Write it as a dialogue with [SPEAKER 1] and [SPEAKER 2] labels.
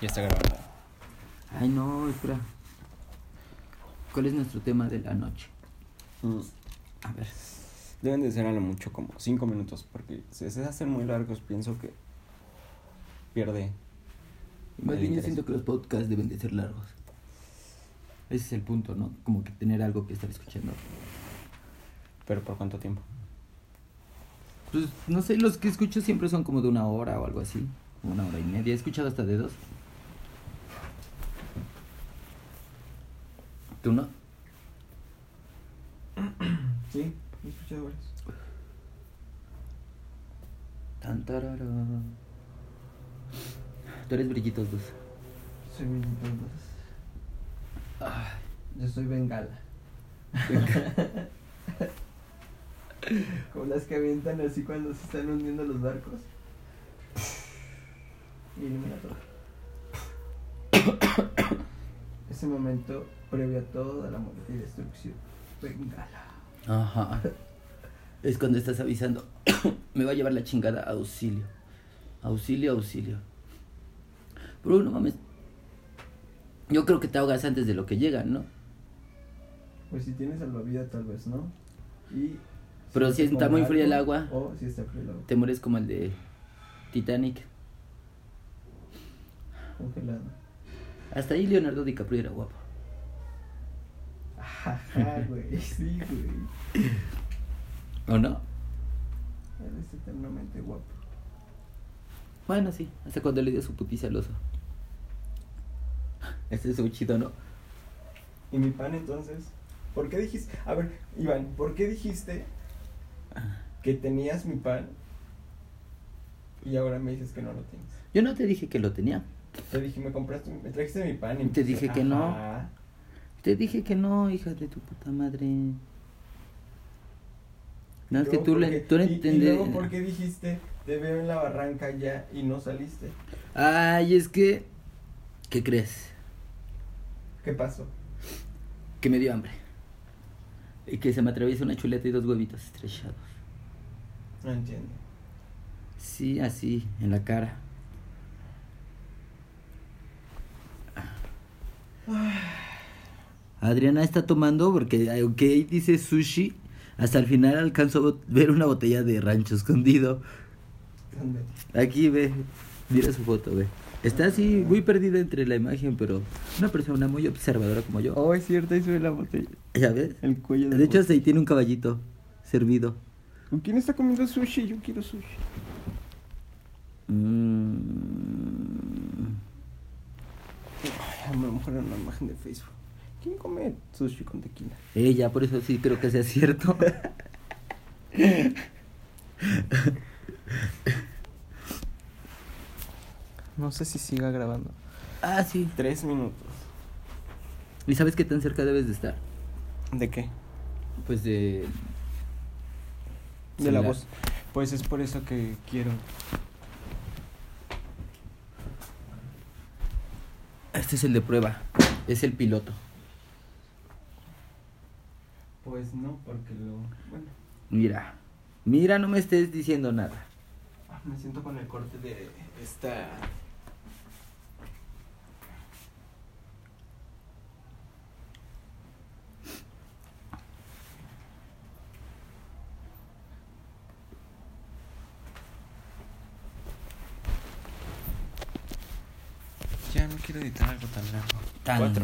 [SPEAKER 1] Ya está grabando.
[SPEAKER 2] Ay, no, espera. ¿Cuál es nuestro tema de la noche?
[SPEAKER 1] Mm,
[SPEAKER 2] A ver.
[SPEAKER 1] Deben de ser a lo mucho como 5 minutos, porque si se hacen muy largos, pienso que pierde.
[SPEAKER 2] Más
[SPEAKER 1] el
[SPEAKER 2] bien yo
[SPEAKER 1] interés.
[SPEAKER 2] siento que los podcasts deben de ser largos. Ese es el punto, ¿no? Como que tener algo que estar escuchando.
[SPEAKER 1] Pero ¿por cuánto tiempo?
[SPEAKER 2] Pues, no sé, los que escucho siempre son como de una hora o algo así. Una hora y media. He escuchado hasta de dos. ¿Tú no?
[SPEAKER 1] Sí, he escuchado varios.
[SPEAKER 2] Tan, tarara. Tú eres brillitos dos.
[SPEAKER 3] Soy Benito Yo soy Bengala. Como las que avientan así cuando se están hundiendo los barcos. Y elimina todo. Ese momento previo a toda la muerte y destrucción. Bengala.
[SPEAKER 2] Ajá. Es cuando estás avisando. Me va a llevar la chingada auxilio. Auxilio, auxilio. Pero no mames. Yo creo que te ahogas antes de lo que llegan, ¿no?
[SPEAKER 3] Pues si tienes salvavidas tal vez, ¿no? Y
[SPEAKER 2] Pero si está muy fría el
[SPEAKER 3] algo,
[SPEAKER 2] agua.
[SPEAKER 3] O si está fría el agua.
[SPEAKER 2] Te mueres como el de Titanic.
[SPEAKER 3] Congelada.
[SPEAKER 2] Hasta ahí Leonardo DiCaprio era guapo.
[SPEAKER 3] Ajá, güey. Sí, güey.
[SPEAKER 2] ¿O no?
[SPEAKER 3] Eres eternamente guapo.
[SPEAKER 2] Bueno, sí. Hasta cuando le dio su putiza al oso. Ese es un chido, ¿no?
[SPEAKER 3] ¿Y mi pan entonces? ¿Por qué dijiste? A ver, Iván, ¿por qué dijiste que tenías mi pan y ahora me dices que no lo tienes?
[SPEAKER 2] Yo no te dije que lo tenía.
[SPEAKER 3] Te dije, me compraste, me trajiste mi pan y
[SPEAKER 2] Te dije que no.
[SPEAKER 3] Ajá.
[SPEAKER 2] Te dije que no, hija de tu puta madre. No, es que
[SPEAKER 3] Luego,
[SPEAKER 2] tú,
[SPEAKER 3] ¿por
[SPEAKER 2] le,
[SPEAKER 3] qué?
[SPEAKER 2] tú le
[SPEAKER 3] Y-
[SPEAKER 2] entendí-
[SPEAKER 3] Y luego, ¿por qué dijiste, te veo en la barranca ya y no saliste?
[SPEAKER 2] Ay, es que. ¿Qué crees?
[SPEAKER 3] ¿Qué pasó?
[SPEAKER 2] Que me dio hambre. Y que se me atraviesa una chuleta y dos huevitos estrellados.
[SPEAKER 3] No entiendo.
[SPEAKER 2] Sí, así, en la cara.
[SPEAKER 3] Ah.
[SPEAKER 2] Adriana está tomando porque, aunque ahí dice sushi, hasta el final alcanzo a bot- ver una botella de rancho escondido.
[SPEAKER 3] ¿Dónde?
[SPEAKER 2] Aquí ve, mira su foto, ve. Está así, muy perdida entre la imagen, pero una persona muy observadora como yo.
[SPEAKER 3] Oh, es cierto, ahí sube la botella.
[SPEAKER 2] ¿Ya ves?
[SPEAKER 3] El cuello
[SPEAKER 2] De hecho, hasta ahí tiene un caballito servido.
[SPEAKER 3] ¿Quién está comiendo sushi? Yo quiero sushi.
[SPEAKER 2] Mm.
[SPEAKER 3] Ay, a lo mejor era una imagen de Facebook. ¿Quién come sushi con tequila?
[SPEAKER 2] Eh, ya, por eso sí creo que sea cierto.
[SPEAKER 3] No sé si siga grabando.
[SPEAKER 2] ah, sí.
[SPEAKER 3] Tres minutos.
[SPEAKER 2] ¿Y sabes qué tan cerca debes de estar?
[SPEAKER 3] ¿De qué?
[SPEAKER 2] Pues de... Sí,
[SPEAKER 3] De la
[SPEAKER 2] la-
[SPEAKER 3] voz. Pues es por eso que quiero.
[SPEAKER 2] Este es el de prueba. Es el piloto.
[SPEAKER 3] Pues no, porque lo. Bueno,
[SPEAKER 2] Mira. Mira, no me estés diciendo nada.
[SPEAKER 3] ah, me siento con el corte de esta. Ya no quiero editar algo tan largo.
[SPEAKER 2] Tan
[SPEAKER 3] Cuatro.